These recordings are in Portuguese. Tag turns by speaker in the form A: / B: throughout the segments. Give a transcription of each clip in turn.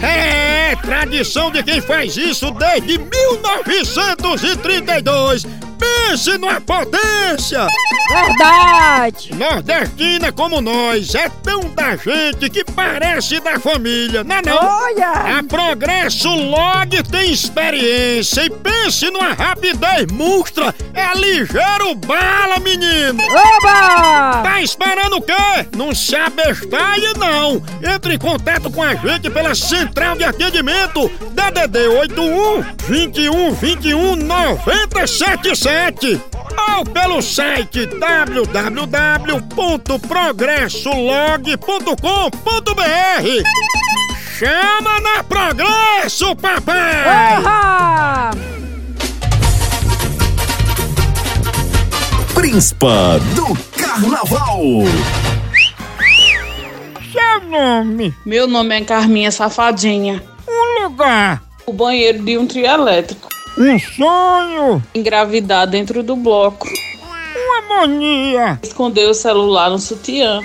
A: É, tradição de quem faz isso desde 1932. Pense numa potência!
B: Verdade!
A: Nordestina como nós é tão da gente que parece da família, não é não?
B: Olha!
A: A Progresso Log tem experiência e pense numa rapidez monstra. É ligeiro bala, menino.
B: Oba!
A: Tá esperando o quê? Não se abestalhe, não. Entre em contato com a gente pela central de atendimento DDD 81 21 21 977 ou pelo site www.progressolog.com.br Chama na Progresso, papai!
B: Ahá!
C: Príncipa do Carnaval.
A: Seu nome,
D: Meu nome é Carminha Safadinha.
A: um lugar,
D: O banheiro de um trio elétrico.
A: um sonho,
D: Engravidar dentro do bloco.
A: uma harmonia.
D: Esconder o celular no sutiã.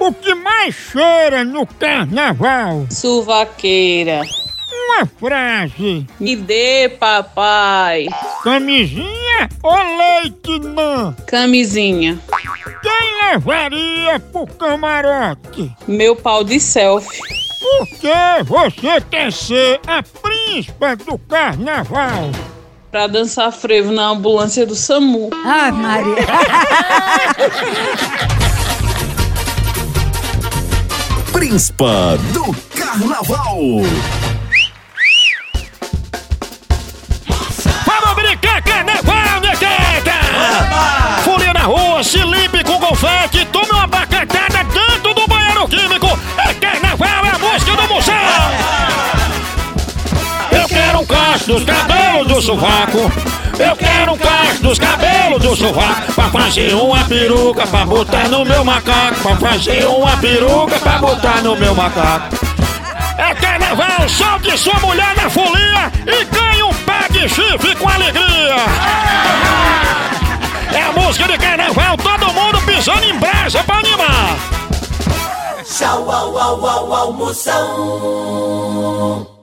A: O que mais cheira no carnaval?
D: Suvaqueira.
A: Uma frase,
D: Me dê, papai.
A: camisinha ou leite não?
D: Camisinha.
A: Quem levaria pro camarote?
D: Meu pau de selfie.
A: Por que você quer ser a príncipa do carnaval?
D: Pra dançar frevo na ambulância do SAMU.
B: Ai, Maria!
C: Príncipa do Carnaval.
A: Vamos brincar é carnaval, negueta! é, Folia na rua, se limpe com confete, tome uma abacatada dentro do banheiro químico. É carnaval, é a música do museu! Eu quero um cacho dos cabelos do sovaco. Eu quero um cacho dos cabelos do sovaco. Pra fazer uma peruca, pra botar no meu macaco. Pra fazer uma peruca, pra botar no meu macaco. É carnaval, solte sua mulher na folia e ganhe um pé de chifre com alegria. É a música de carnaval, todo mundo pisando em brasa pra animar.
E: Tchau, au, au, au, almoção.